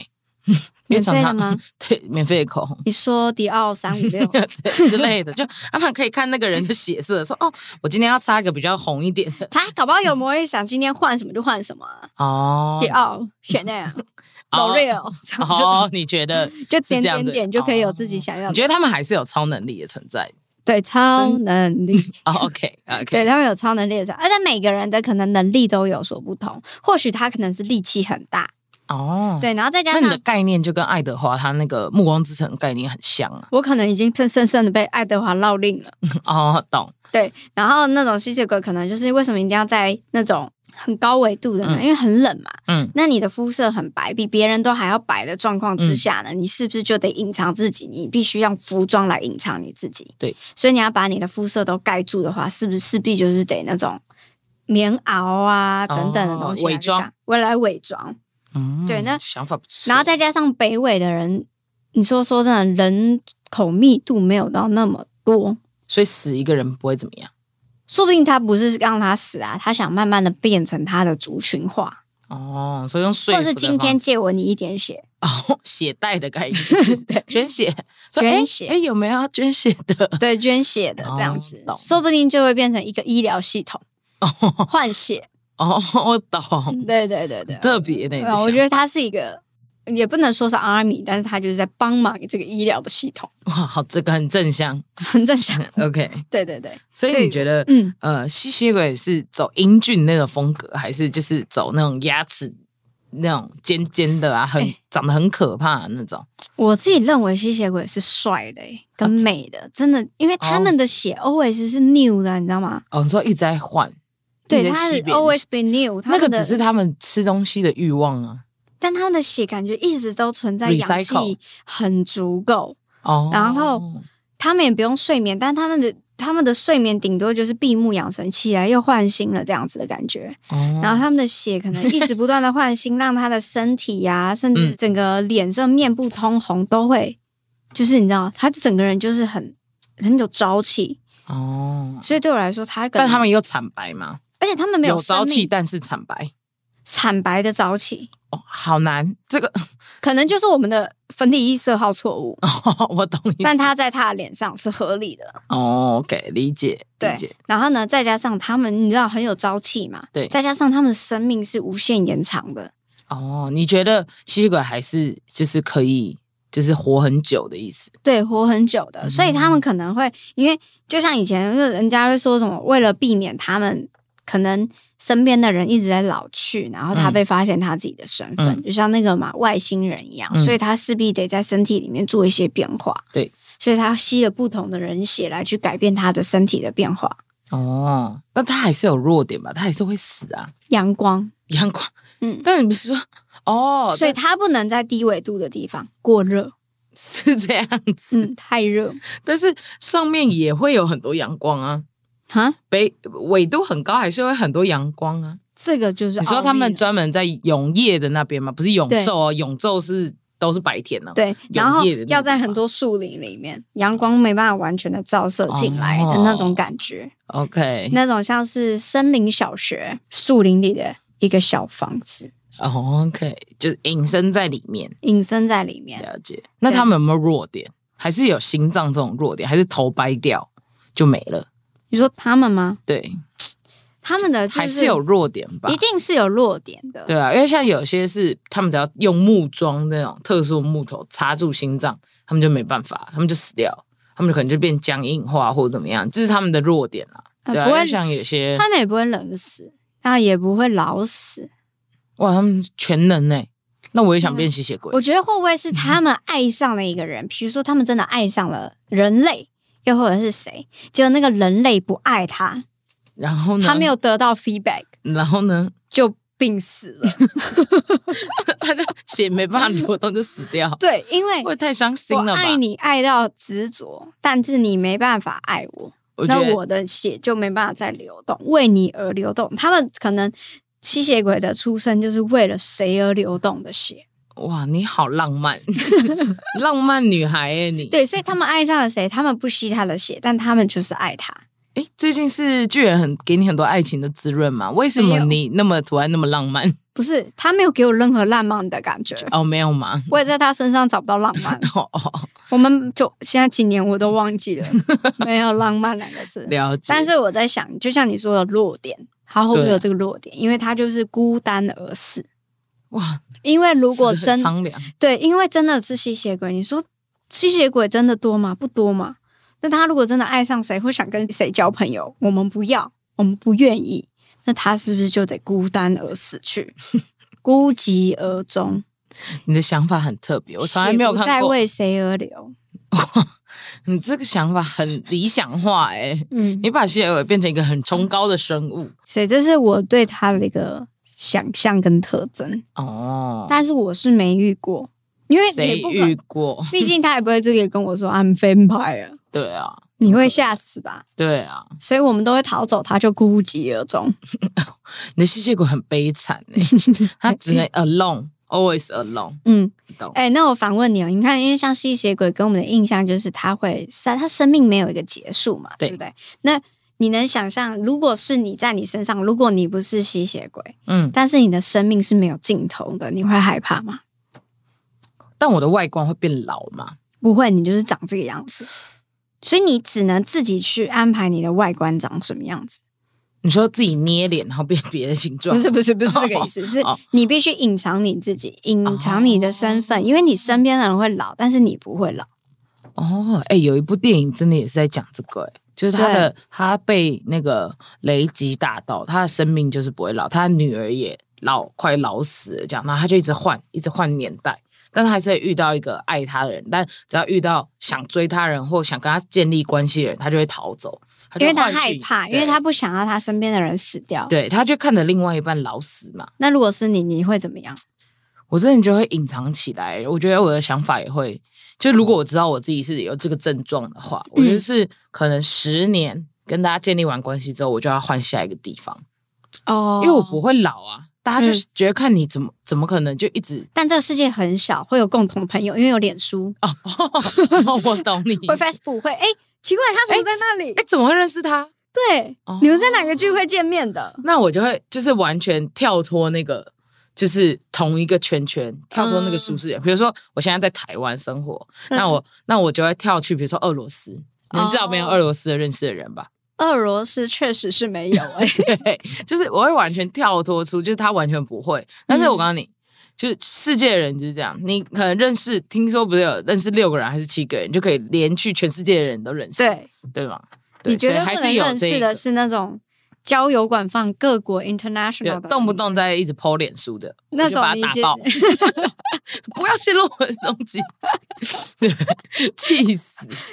B: 哎、因为
C: 免费
B: 常
C: 的
B: 常
C: 吗？
B: 对免费的口红
C: 你说迪奥三五 六
B: 对之类的，就他们可以看那个人的血色，说哦，我今天要擦一个比较红一点的
C: 他搞不好有魔力，想今天换什么就换什么啊、
B: 哦
C: 迪奥、选那 样、
B: 哦
C: 老瑞尔，这种
B: 哦，你觉得
C: 就是点
B: 这样
C: 点
B: 的
C: 点就可以有
B: 哦
C: 自己想
B: 你
C: 要的。
B: 觉得他们还是有超能力的存在？
C: 对，超
B: 真
C: 能力，
B: 哦，OK OK，
C: 对他们有超能力的时候，而且每个人的可能能力都有所不同。或许他可能是力气很大，
B: 哦，
C: 对，然后再加
B: 那你的
C: 上
B: 概念就跟爱德华他那个《暮光之城》概念很像啊。
C: 我可能已经深深深的被爱德华烙令了。
B: 哦，懂。
C: 对，然后那种吸血鬼可能就是为什么一定要在那种很高纬度的呢？
B: 嗯
C: 因为很冷嘛。
B: 嗯，
C: 那你的肤色很白，比别人都还要白的状况之下
B: 嗯
C: 呢，你是不是就得隐藏自己？你必须用服装来隐藏你自己。
B: 对，
C: 所以你要把你的肤色都盖住的话，是不是势必就是得那种棉袄啊
B: 哦
C: 等等的东西来
B: 伪装
C: 去打，为来伪装。
B: 嗯
C: 对那
B: 想法不错。
C: 然后再加上北纬的人，你说说真的，人口密度没有到那么多，
B: 所以死一个人不会怎么样。
C: 说不定他不是让他死啊，他想慢慢的变成他的族群化，
B: 哦，所以用
C: 或
B: 说服的
C: 者是今天
B: 方式
C: 借我你一 点血，
B: 哦，血袋的 概念，捐血，说
C: 捐
B: 哎
C: 血
B: 哎，有没有要捐血的？
C: 对，捐血的
B: 哦
C: 这样子，
B: 懂
C: 说不定就会变成一个医疗系统，换血，
B: 哦，我懂，
C: 对对对对，
B: 特别呢。
C: 对
B: 你
C: 啊
B: 的
C: 我
B: 想
C: 觉得他是一个。也不能说是 army，但是他就是在帮忙这个医疗的系统，
B: 哇，好，这个很正向。
C: 很正常。
B: 嗯 OK，
C: 对对对，
B: 所以你觉得，
C: 嗯，
B: 呃，吸血鬼是走英俊那种风格，还是就是走那种牙齿那种尖尖的啊，很
C: 哎
B: 长得很可怕的那种？
C: 我自己认为吸血鬼是帅的、欸、
B: 啊
C: 跟美的，真的，因为他们的血 always 是 new 的，你知道吗？
B: 哦，你说一直在换，一
C: 对，
B: 直在
C: 他
B: 吸
C: 是
B: 别人
C: always be new，他
B: 那个
C: 们的
B: 只是他们吃东西的欲望啊。
C: 但他们的血感觉一直都存在氧
B: Recycle
C: 气很足够，
B: 哦，
C: 然后他们也不用睡眠，但他们的他们的睡眠顶多就是闭目养神起来又唤醒了这样子的感觉，
B: 哦
C: 然后他们的血可能一直不断的 唤醒，让他的身体呀、甚至是
B: 嗯
C: 整个脸色、面部通红都会，就是你知道，他整个人就是很很有朝气，
B: 哦，
C: 所以对我来说，他可能
B: 但他们也有惨白吗？
C: 而且他们没
B: 有
C: 生
B: 朝
C: 命
B: 气，但是惨白
C: 惨白的朝气，
B: 哦，好难。这个
C: 可能就是我们的粉底液色号错误。
B: 我懂你意思，
C: 但他在他的脸上是合理的，
B: 哦，OK，理解，
C: 对
B: 理解，。
C: 然后呢，再加上他们，你知道很有朝气嘛，
B: 对
C: 再加上他们的生命是无限延长的，
B: 哦，你觉得吸血鬼还是就是可以就是活很久的意思？
C: 对，活很久
B: 嗯
C: 的，所以他们可能会，因为就像以前就是人家会说什么，为了避免他们可能身边的人一直在老去，然后他
B: 嗯
C: 被发现他自己的身份，
B: 嗯
C: 就像那个嘛外星人一样，
B: 嗯
C: 所以他势必得在身体里面做一些变化，
B: 对，
C: 所以他吸了不同的人血来去改变他的身体的变化，
B: 哦，那他还是有弱点吧？他还是会死啊，
C: 阳光，
B: 阳光。
C: 嗯。
B: 但你不是说哦，
C: 所以
B: 但
C: 它不能在低纬度的地方过热，
B: 是这样子，
C: 嗯，太热
B: 但是上面也会有很多阳光啊。
C: 哈，
B: 北纬度很高，还是会很多阳光啊。
C: 这个就是
B: 你说
C: 奥秘
B: 他们
C: 了
B: 专门在永夜的那边吗？不是永
C: 对
B: 昼哦，永昼是都是白天呢、啊
C: 对，
B: 有
C: 然后
B: 叶的那个
C: 要在
B: 地
C: 很
B: 方
C: 多树林里面，阳光没办法完全的照射进来
B: 哦
C: 的那种感觉，
B: OK，
C: 那种像是森林小学树林里的一个小房子，
B: 哦 OK，就是隐身在里面。
C: 隐身在里面。
B: 了解。那他们有没有弱点？还是有心脏这种弱点？还是头掰掉就没了？
C: 你说他们吗？
B: 对，
C: 他们的就
B: 还是有，弱点吧
C: 一。定是有弱点的。
B: 对啊，因为像有些是他们只要用木桩那种特殊木头插住心脏，他们就没办法，他们就死掉，他们可能就变僵硬化或者怎么样，这是他们的弱点啊。
C: 呃
B: 对啊，
C: 不
B: 因
C: 会
B: 为像有些
C: 他们也不会冷死，那也不会老死。
B: 哇，他们全能呢、欸那我也想变吸血鬼
C: 啊我觉得会不会是他们爱上了一 个人？比如说，他们真的爱上了人类，又或者是谁？结果那个人类不爱他，
B: 然后呢？
C: 他没有得到 feedback，
B: 然后呢？
C: 就病死了。
B: 他就血没办法流动就死掉，
C: 对，因为
B: 会太伤心
C: 我
B: 了吧？
C: 爱你爱到执着，但是你没办法爱我，
B: 我觉
C: 那
B: 得
C: 我的血就没办法再流动，为你而流动。他们可能吸血鬼的出生就是为了谁而流动的血，
B: 哇，你好浪漫， 浪漫女孩耶、你。
C: 对，所以他们爱上了谁，他们不吸他的血，但他们就是爱他。
B: 哎，最近是巨人很给你很多爱情的滋润嘛？为什么
C: 没有
B: 你那么突然那么浪漫？
C: 不是，他没有给我任何浪漫的感觉，
B: 哦，没有吗？
C: 我也在他身上找不到浪 漫。
B: 哦哦，
C: 我们就现在几年我都忘 记了，没有浪漫两个字。
B: 了解。
C: 但是我在想，就像你说的弱点，他会不会
B: 对啊
C: 有这个弱点？因为他就是孤单而死。
B: 哇，
C: 因为如果
B: 死得很
C: 真
B: 苍凉，
C: 对，因为真的是吸血鬼，你说吸血鬼真的多吗？不多嘛。那他如果真的爱上谁，会想跟谁交朋友，我们不要，我们不愿意，那他是不是就得孤单而 死去，孤寂而终？
B: 你的想法很特别，我从来没有
C: 血不再
B: 看过。
C: 为谁而流。
B: 你这个想法很理想化哎、
C: 嗯，
B: 你把谢尔变成一个很崇高的生物
C: 所以这是我对他的一个想象跟特征，
B: 哦。
C: 但是我是没遇过，因为
B: 谁
C: 也不可
B: 遇，过？
C: 毕竟他也不会这个跟我说 I'm vampire，
B: 对啊，
C: 你会吓死吧？
B: 对啊，
C: 所以我们都会逃走，他就孤寂而终。
B: 你的吸血鬼很悲惨 哎、他只能 alone，always alone，
C: 嗯，
B: 懂？
C: 哎、那我反问你哦，你看，因为像吸血鬼给我们的印象就是他会杀，他生命没有一个结束嘛，
B: 对
C: 对不对？那你能想象，如果是你在你身上，如果你不是吸血鬼，
B: 嗯，
C: 但是你的生命是没有尽头的，你会害怕吗？
B: 但我的外观会变老嘛？
C: 不会，你就是长这个样子，所以你只能自己去安排你的外观长什么样子。
B: 你说自己捏脸然后变别的形状？
C: 不是不是不是这个 意思，是
B: 哦
C: 你必须隐藏你自己，隐藏你的身份，因为你身边的人会老，但是你不会老。
B: 哦，哎、有一部电影真的也是在讲这个、哎，就是他的他被那个雷击打到，他的生命就是不会老，他的女儿也老快老死了这样，然后他就一直换，一直换年代。但他还是会遇到一个爱他的人，但只要遇到想追他的人或想跟他建立关系的人，他就会逃走，就
C: 因为他
B: 换
C: 害
B: 去
C: 怕，因
B: 对
C: 为他不想要他身边的人死掉。
B: 对他就看着另外一半老死嘛。
C: 那如果是你，你会怎么样？
B: 我真的就会隐藏起来。我觉得我的想法也会，就如果我知道我自己是有这个症状的话，我
C: 嗯
B: 就是可能十年跟大家建立完关系之后，我就要换下一个地方，
C: 哦嗯
B: 因为我不，会老啊。大家就是觉得看你怎么怎么可能就一直
C: 但这个世界很小，会有共同朋友，因为有脸书、
B: 哦，我懂你。
C: 会 Facebook，会哎，奇怪，他怎么在那里？
B: 哎，怎么会认识他？
C: 对
B: 哦，
C: 你们在哪个聚会见面的？
B: 那我就会就是完全跳脱那个，就是同一个圈圈，跳脱那
C: 嗯
B: 个舒适圈。比如说，我现在在台湾生活，那我那我就会跳去，比如说俄罗斯。你们至少没有
C: 哦
B: 俄罗斯的认识的人吧？
C: 俄罗斯确实是没有哎，
B: 对，就是我会完全跳脱出，就是他完全不会。但是我
C: 嗯
B: 告诉你，就是世界的人就是这样，你可能认识，听说不是有认识六个人还是七个人，就可以连去全世界的人都认识，
C: 对，
B: 对吗？对
C: 你绝
B: 所以
C: 对
B: 还
C: 不
B: 是
C: 能
B: 有
C: 认
B: 这
C: 识
B: 一
C: 的
B: 个
C: 是那种交友馆放各国 international
B: 有
C: 的，
B: 动不动在一直剖脸书的，我
C: 那
B: 就
C: 种
B: 把
C: 你
B: 他打
C: 就
B: 爆，不要泄露我的踪迹，对 气死！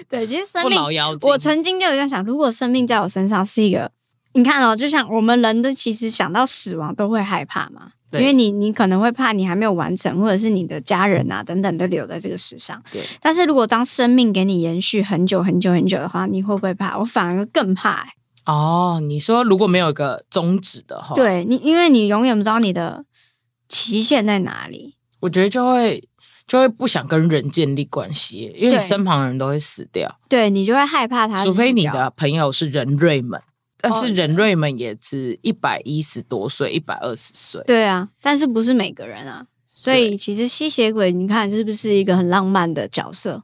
C: 对，其实生
B: 不
C: 命
B: 老妖精，
C: 我曾经就有在想，如果生命在我身上是一个，你看哦，就像我们人的其实想到死亡都会害怕嘛，因
B: 对
C: 为你你可能会怕你还没有完成，或者是你的家人啊等等都留在这个世上
B: 对。
C: 但是如果当生命给你延续很久很久很久的话，你会不会怕？我反而更怕、欸。
B: 哦，你说如果没有一个宗旨的话，
C: 对你，因为你永远不知道你的期限在哪里。
B: 我觉得就会就会不想跟人建立关系，因为
C: 对
B: 你身旁的人都会死掉，
C: 对你就会害怕它死掉，
B: 除非你的朋友是人瑞们，但
C: 哦
B: 是人瑞们也只一百一十多岁，一百二十岁。
C: 对啊，但是不是每个人啊，所以
B: 对
C: 其实吸血鬼，你看是不是一个很浪漫的角色？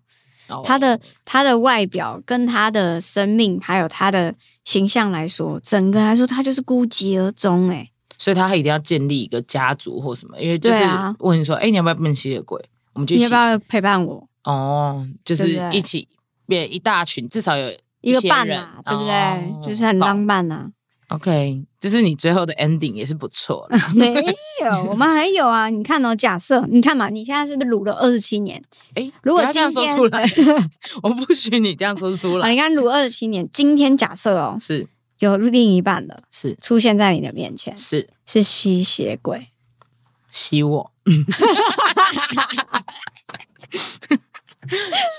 B: 哦
C: 他的他的外表跟他的生命，还有他的形象来说，整个来说，他就是孤寂而终、欸。
B: 所以他一定要建立一个家族或什么，因为就是
C: 对啊
B: 问你说，哎、你要不要变吸血鬼？我们就一
C: 你
B: 起
C: 要不要陪伴我
B: 哦，就
C: 对
B: 是
C: 不对
B: 一起变一大群，至少有
C: 一个
B: 些
C: 伴
B: 人
C: 啊？对不对？
B: 哦
C: 就是很浪漫啊。
B: 好 OK，就是你最后的 ending 也是不错啦
C: 没有，我们还有啊。你看哦，假设你看嘛，你现在是不是卤了二十七年？
B: 哎、
C: 如果
B: 不要这样
C: 今
B: 说
C: 天
B: 出来， 我不许你这样说出
C: 啊，
B: 来。
C: 你看卤二十七年，今天假设哦，
B: 是
C: 有另一半的
B: 是
C: 出现在你的面前，
B: 是，
C: 是吸血鬼。
B: 吸 我，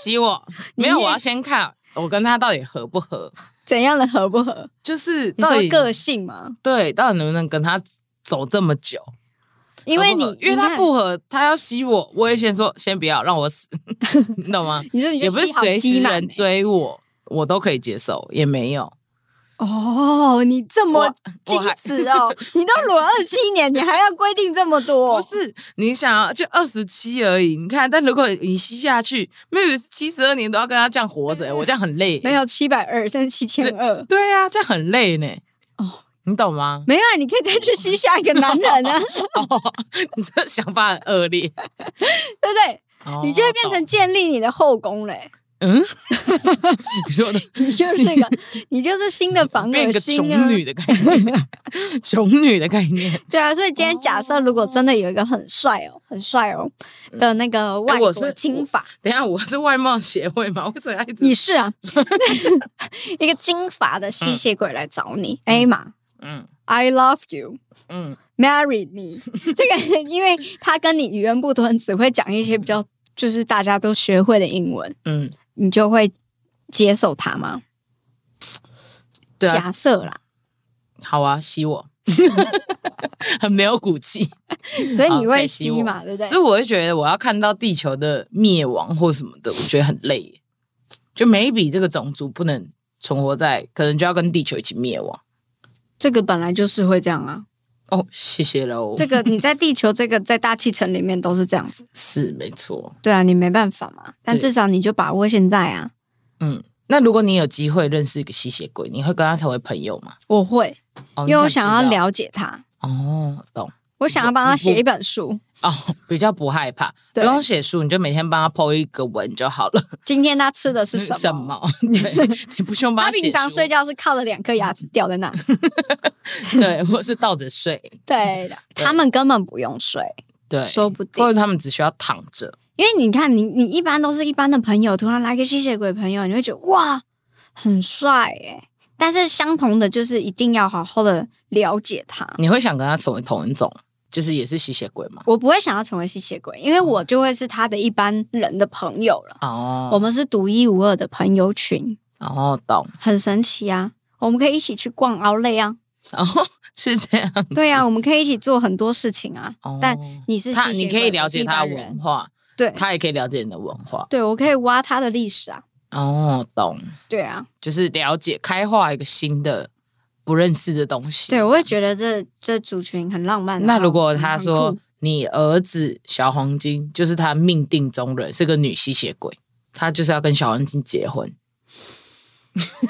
B: 吸我，
C: 你
B: 没有，
C: 也
B: 我要先看我跟他到底合不合，
C: 怎样的合不合？
B: 就是
C: 你
B: 到
C: 说
B: 底
C: 个性吗？
B: 对，到底能不能跟他走这么久？
C: 因为
B: 合不
C: 你
B: 合因为
C: 你
B: 他
C: 看
B: 不合，他要吸我，我也先说先不要让我 死，你懂吗？
C: 你说你就
B: 也不是
C: 吸好
B: 随
C: 吸
B: 时
C: 满欸
B: 人追我，我都可以接受，也没有。
C: 哦，你这么
B: 我
C: 矜
B: 我还
C: 持哦，你 都裸了二七年，你还要规定这么多？
B: 不
C: 哦
B: 是你想要就二十七而已，你看，但如果你吸下去，maybe 是七十二年都要跟他这样活着，欸我这样很累。
C: 没，有七百二，现在七千二。
B: 对呀、啊，这样很累呢。
C: 哦
B: 哦，你懂吗？
C: 没有，啊，你可以再去吸下一个男人啊，
B: 哦， 你这想法很恶劣，
C: 对不对？
B: 哦
C: 你就会变成建立你的后宫嘞。
B: 嗯， 你说的
C: 你就是那个，你就是新的 房
B: 变
C: 恶
B: 一个
C: 心
B: 穷
C: 啊！
B: 女的概念， 穷女的概念。
C: 对啊，所以今天假设如果真的有一个很帅哦、很帅哦的那个外
B: 哎我
C: 国
B: 是
C: 金发，
B: 等一下，我是外貌协会嘛，我怎么一直
C: 你是 啊，一个金发的吸血鬼来找你，艾玛
B: 嗯
C: ，I love you。
B: 嗯
C: Marry me，这个因为他跟你语言不通，只会讲一些比较就是大家都学会的英文，
B: 嗯，
C: 你就会接受他吗？
B: 对啊，
C: 假设啦，
B: 好啊，吸 我， 很没有骨气。
C: 所以
B: 好
C: 你
B: 可
C: 会
B: 以吸
C: 吸
B: 我
C: 嘛，对不对
B: 所以？我会觉得，我要看到地球的灭亡或什么的，我觉得很累耶。就 maybe 这个种族不能存活在，可能就要跟地球一起灭亡。
C: 这个本来就是会这样啊，
B: 哦，谢谢喽。
C: 这个你在地球这个在大气层里面都是这样子，
B: 是没错。
C: 对啊，你没办法嘛，但
B: 对
C: 至少你就把握现在啊。
B: 嗯，那如果你有机会认识一个吸血鬼，你会跟他成为朋友吗？
C: 我会，
B: 哦、
C: 因为我
B: 你
C: 想
B: 知
C: 要
B: 道
C: 了解他，
B: 哦，懂
C: 我想要帮他写一本书。
B: 哦， 比较不害怕，不
C: 对
B: 用写书，你就每天帮他 po 一个文就好了。
C: 今天他吃的是什么？
B: 什么？对，你不需要帮他
C: 他
B: 写
C: 平常
B: 书
C: 睡觉是靠着两颗牙齿掉在那。
B: 对，或是倒着睡，
C: 对的，嗯他们根本不用睡，
B: 对，
C: 说不定
B: 或。者他们只需要躺着。
C: 因为你看，你你一般都是一般的朋友，突然来个吸血鬼朋友，你会觉得哇，很帅耶。但是相同的就是一定要好好的了解他。
B: 你会想跟他成为同一种，就是也是吸血鬼吗？
C: 我不会想要成为吸血鬼，因为我就会是他的一般人的朋友了。我
B: 哦，
C: 们是独一无二的朋友群，
B: 哦，懂，
C: 很神奇啊！我们可以一起去逛奥类啊，
B: 哦，嗯是这样。
C: 对啊，我们可以一起做很多事情啊。
B: 哦
C: 但你是
B: 他，
C: 吸血
B: 你
C: 鬼
B: 可以了
C: 我是
B: 解
C: 一
B: 他
C: 般
B: 的文
C: 人，
B: 化，
C: 对
B: 他也可以了解你的文化。
C: 对，我可以挖他的历史啊，
B: 哦，懂，
C: 对啊，
B: 就是了解开化一个新的不认识的东西。
C: 对，我也觉得这这族群很浪漫。
B: 那
C: 然后
B: 如果他
C: 很
B: 说
C: 酷
B: 你儿子小黄金就是他命定中人，是个女吸血鬼，他就是要跟小黄金结婚，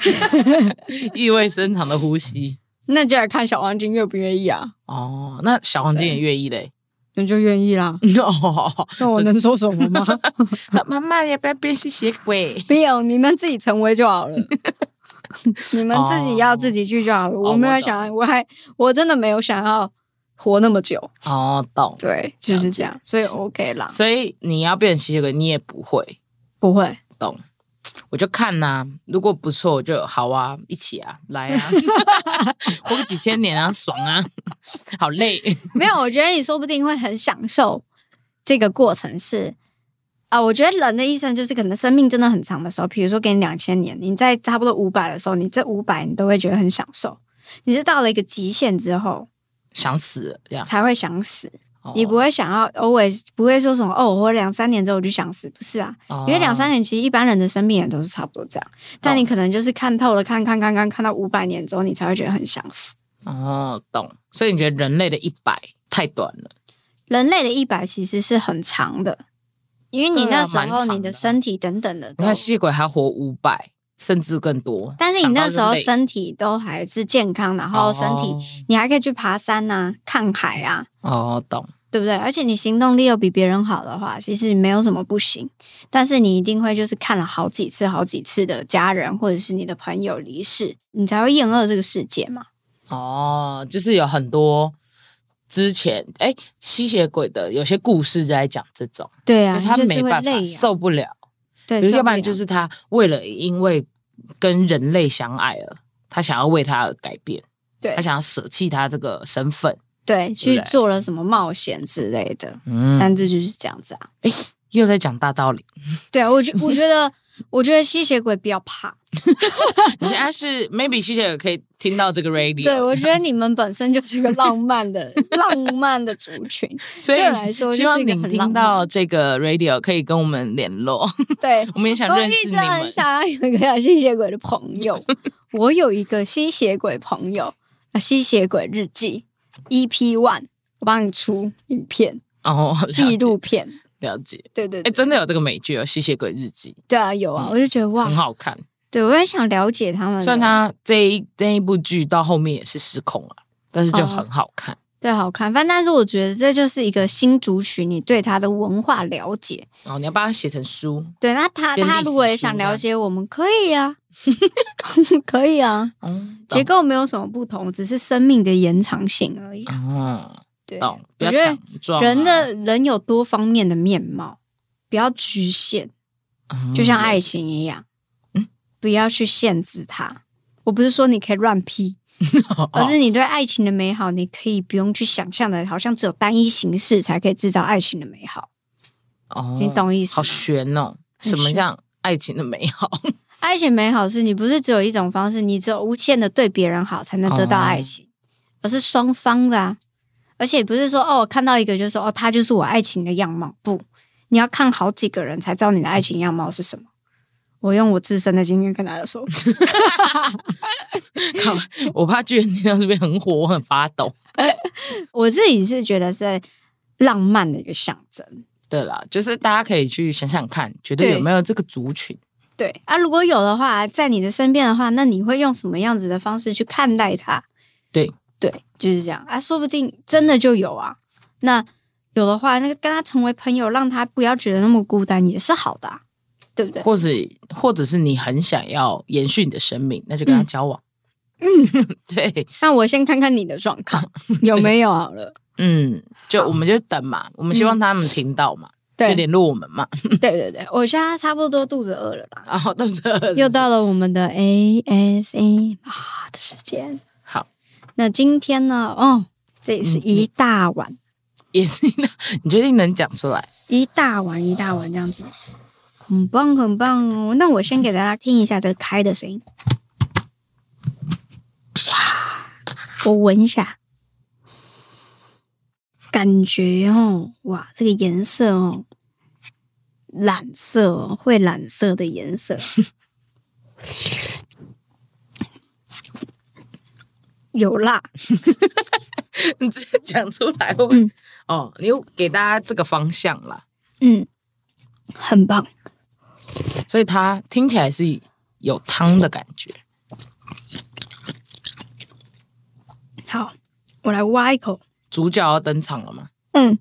B: 意味深长的呼吸。
C: 那就来看小黄金愿不愿意啊，
B: 哦，那小黄金也愿意嘞。
C: 那就愿意 啦。
B: 哦，
C: 那我能说什么吗？
B: 那妈妈要不要变吸血鬼？
C: 不用，你们自己成为就好了。 你们自己要
B: 哦
C: 自己去就好了。我
B: 我
C: 没有
B: 懂
C: 想，我还我真的没有想要活那么久。
B: 哦，懂。
C: 对，就是这样，所以 OK 啦，
B: 所以你要变吸血鬼，你也不会
C: 不会。
B: 懂。我就看呐、如果不错，我就好啊，一起啊，来 啊，活个几千年啊，爽啊， 好累。
C: 没有，我觉得你说不定会很享受这个过程是。啊、我觉得人的一生就是可能生命真的很长的时候，比如说给你两千年，你在差不多五百的时候，你这五百你都会觉得很享受。你是到了一个极限之后
B: 想死了这样，哦
C: 才会想死，你不
B: 会，
C: 会想要 always 不会说什么哦，我活两三年之后我就想死，不是啊？
B: 哦
C: 因为两三年其实一般人的生命也都是差不多这样，但你可能就是看透了，看看看看看到五百年之后，你才会觉得很想死。
B: 哦懂，所以你觉得人类的一百太短了，
C: 人类的一百其实是很长的，因为你那时
B: 对啊蛮
C: 候
B: 长的
C: 你的身体等等的
B: 你
C: 都，
B: 看吸血鬼还活五百甚至更多，
C: 但是你那时候
B: 想
C: 身体都还是健康，然
B: 到
C: 后
B: 就累
C: 身体、你还可以去爬山呐、看海啊，
B: 哦哦懂
C: 对不对？而且你行动力又比别人好的话，其实没有什么不行。但是你一定会就是看了好几次、好几次的家人或者是你的朋友离世，你才会厌恶这个世界嘛。
B: 嗯哦，就是有很多之前哎吸血鬼的有些故事在讲这种，
C: 对
B: 就
C: 啊，
B: 是他
C: 你就是
B: 没
C: 会
B: 办
C: 累
B: 法
C: 啊
B: 受不了，
C: 对，
B: 比如
C: 受
B: 要不然
C: 了
B: 就是他为了因为跟人类相爱了，他想要为他而改变，
C: 对
B: 他想要舍弃他这个身份，
C: 对去
B: 对
C: 做了什么冒险之类的，
B: 嗯，
C: 但这就是这样子啊。
B: 又在讲大道理。
C: 对啊，我觉我 觉得，我觉得吸血鬼不要怕。
B: 你现在是 maybe 吸血鬼可以听到这个 radio，
C: 啊对，我觉得你们本身就是一个浪漫的、 浪漫的族群。
B: 所以
C: 对我来说
B: 希
C: 就是
B: 望
C: 一个
B: 你
C: 很浪
B: 听到这个 radio 可以跟我们联络，
C: 对，
B: 我们也想
C: 我
B: 认
C: 一
B: 识你
C: 直
B: 们
C: 很。想要有一个吸血鬼的朋友。 我有一个吸血鬼朋友，《吸血鬼日记》EP One，我帮你出影片、
B: 哦，了解
C: 纪录片。
B: 了解，
C: 对对
B: 哎，
C: 对，
B: 真的有这个美剧哦，《吸血鬼日记
C: 对啊，有啊，我就觉得》
B: 很
C: 哇，
B: 好看。
C: 对我很想了解他们的。哦
B: 虽然它这一这一部剧到后面也是失控了，但是就很好看。
C: 对，好看。反正但是我觉得这就是一个新族群，你对它的文化了解。
B: 哦，你要把它写成书，
C: 对，那他
B: 变
C: 他
B: 历
C: 如
B: 史
C: 果也
B: 书
C: 想
B: 这样
C: 了解我们，可以啊， 可以啊。
B: 嗯，
C: 结
B: 结
C: 构没有什么不同，只是生命的延长性而已啊。
B: 哦，
C: 对，
B: 懂，比
C: 我
B: 较
C: 觉得
B: 强壮啊，
C: 人的人有多方面的面貌，不要局限，
B: 嗯
C: 就像爱情一样，
B: 嗯
C: 不要去限制它。我不是说你可以 乱批，
B: 哦
C: 而是你对爱情的美好，你可以不用去想象的，好像只有单一形式才可以制造爱情的美好。
B: 哦
C: 你懂意思
B: 好
C: 吗？
B: 悬哦，
C: 很
B: 什么
C: 悬
B: 像爱情的美好？
C: 爱情美好是你不是只有一种方式，你只有无限的对别人好才能得到爱情，而是双方的、啊。而且不是说哦，看到一个就说哦，他就是我爱情的样貌，不，你要看好几个人才知道你的爱情样貌是什么。我用我自身的经验跟大家说，
B: 靠， 我怕巨人听到这边很火，我很发抖。
C: 我自己是觉得是在浪漫的一个象征。
B: 对啦，就是大家可以去想想看，觉得
C: 对
B: 有没有这个族群？
C: 对啊，如果有的话，在你的身边的话，那你会用什么样子的方式去看待它？
B: 对
C: 对，就是这样啊，说不定真的就有啊。那有的话，那个跟他成为朋友，让他不要觉得那么孤单，也是好的啊、对不对？
B: 或者或者是你很想要延续你的生命，那就跟他
C: 嗯
B: 交往。嗯， 对，
C: 那我先看看你的状况有没有好了。
B: 嗯，就我们就等嘛，我们希望他们听到嘛，就
C: 嗯对对
B: 联络我们嘛。
C: 对对，我现在差不多肚子饿了啦，
B: 然后到这
C: 又到了我们的 ASMR 的时间。
B: 好，
C: 那今天呢？哦，这也是一大碗。
B: 也是一样你决定能讲出来？
C: 一大碗一大碗这样子，很棒很棒哦。那我先给大家听一下这个开的声音，哇，我闻一下，感觉哦，哇，这个颜色哦，染色哦，会染色的颜色， 有辣，
B: 你直接讲出来，我们、哦，你又给大家这个方向啦，
C: 嗯，很棒，
B: 所以它听起来是有汤的感觉。
C: 好，我来挖一口。
B: 主角要登场了吗？
C: 嗯，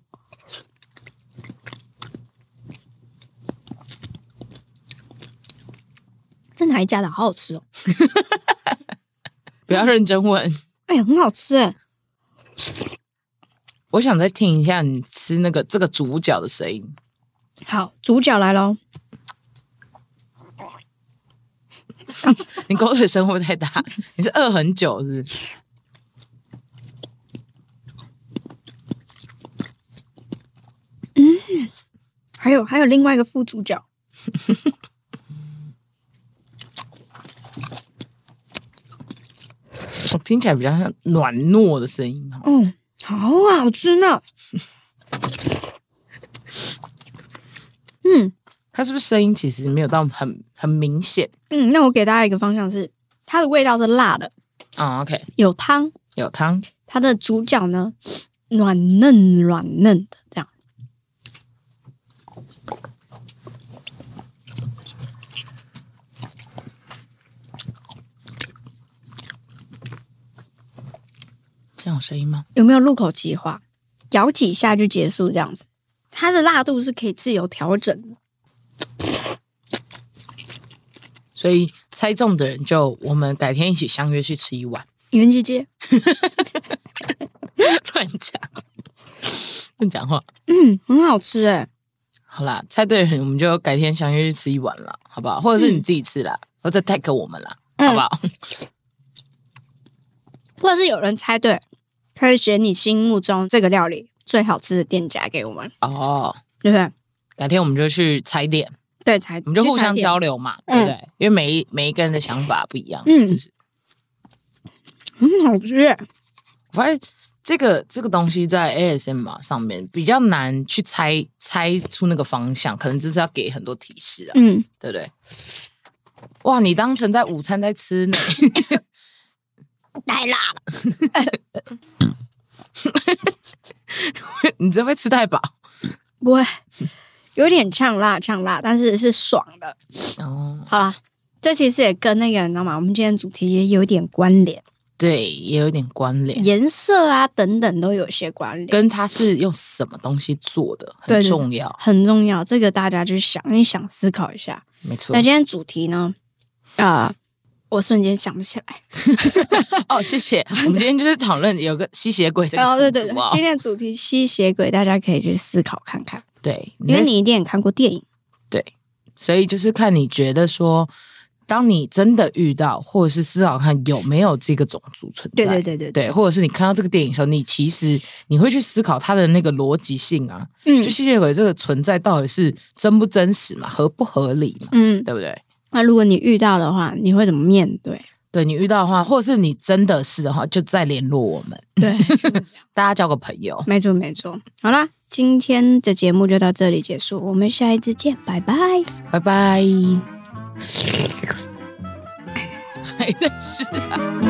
C: 这哪一家的？好好吃哦！
B: 不要认真问，
C: 哎呀，很好吃哎！
B: 我想再听一下你吃那个这个主角的声音。
C: 好，主角来喽。
B: 你口水声会不会太大？ 你是饿很久是不是？
C: 还有还有另外一个副主角，
B: 我听起来比较像软糯的声音哈。
C: 嗯，好好吃呢。嗯
B: 它是不是声音其实没有到很很明显？
C: 嗯，那我给大家一个方向是，它的味道是辣的，
B: 啊、o k
C: 有汤。
B: 有汤，
C: 它的主角呢，软嫩软嫩的这样。
B: 这样有声音吗？
C: 有没有入口即化，咬几下就结束这样子。它的辣度是可以自由调整的，
B: 所以猜中的人就我们改天一起相约去吃一碗。
C: 元气街。
B: 乱讲，乱讲话。
C: 嗯，很好吃哎、
B: 好啦，猜对人我们就改天相约去吃一碗啦，好不好？或者是你自己吃啦，或者 tag 我们啦，
C: 嗯
B: 好不好？
C: 或者是有人猜对，可以写你心目中这个料理最好吃的店家给我们，
B: 哦，
C: 对不对？
B: 改天我们就去踩点，
C: 对，猜，
B: 我们就互相
C: 去踩
B: 交流嘛，对
C: 嗯
B: 不对？因为每一每一个人的想法不一样，
C: 嗯
B: 是不是？
C: 点，很好吃欸、
B: 我发现这个这个东西在 ASMR 上面比较难去猜猜出那个方向，可能就是要给很多提示啊，
C: 嗯，
B: 对不对？哇，你当成在午餐在吃呢，
C: 太辣了，
B: 你这会吃太饱
C: 不会，有点呛辣呛辣，但是是爽的。
B: 哦。
C: 好啦，这其实也跟那个你知道吗？我们今天主题也有点关联。
B: 对，也有点关联，
C: 颜色啊等等都有些关联，
B: 跟它是用什么东西做的
C: 对
B: 很
C: 对
B: 重要。
C: 很重要。这个大家去想一想，思考一下。
B: 没错
C: 那。今天主题呢？啊、我瞬间想不起来。
B: 哦，谢谢。我们今天就是讨论有个吸血鬼这个
C: 哦，对对
B: 种
C: 对
B: 族啊，
C: 今天的主题吸血鬼，大家可以去思考看看，
B: 对，
C: 因为
B: 那
C: 你一定也看过电影。
B: 所以就是看你觉得说，当你真的遇到，或者是思考看有没有这个种族存在，
C: 对对对对对，
B: 对或者是你看到这个电影的时候，你其实你会去思考它的那个逻辑性啊，
C: 嗯
B: 就吸血鬼这个存在到底是真不真实嘛，合不合理嘛，
C: 嗯。
B: 对不对？
C: 那如果你遇到的话，你会怎么面 对？
B: 对你遇到的话，或者是你真的是的话，就再联络我们，
C: 对，
B: 大家交个朋友，
C: 没错没错。好啦，今天的节目就到这里结束，我们下一次见，拜拜。
B: 拜拜。还在吃啊？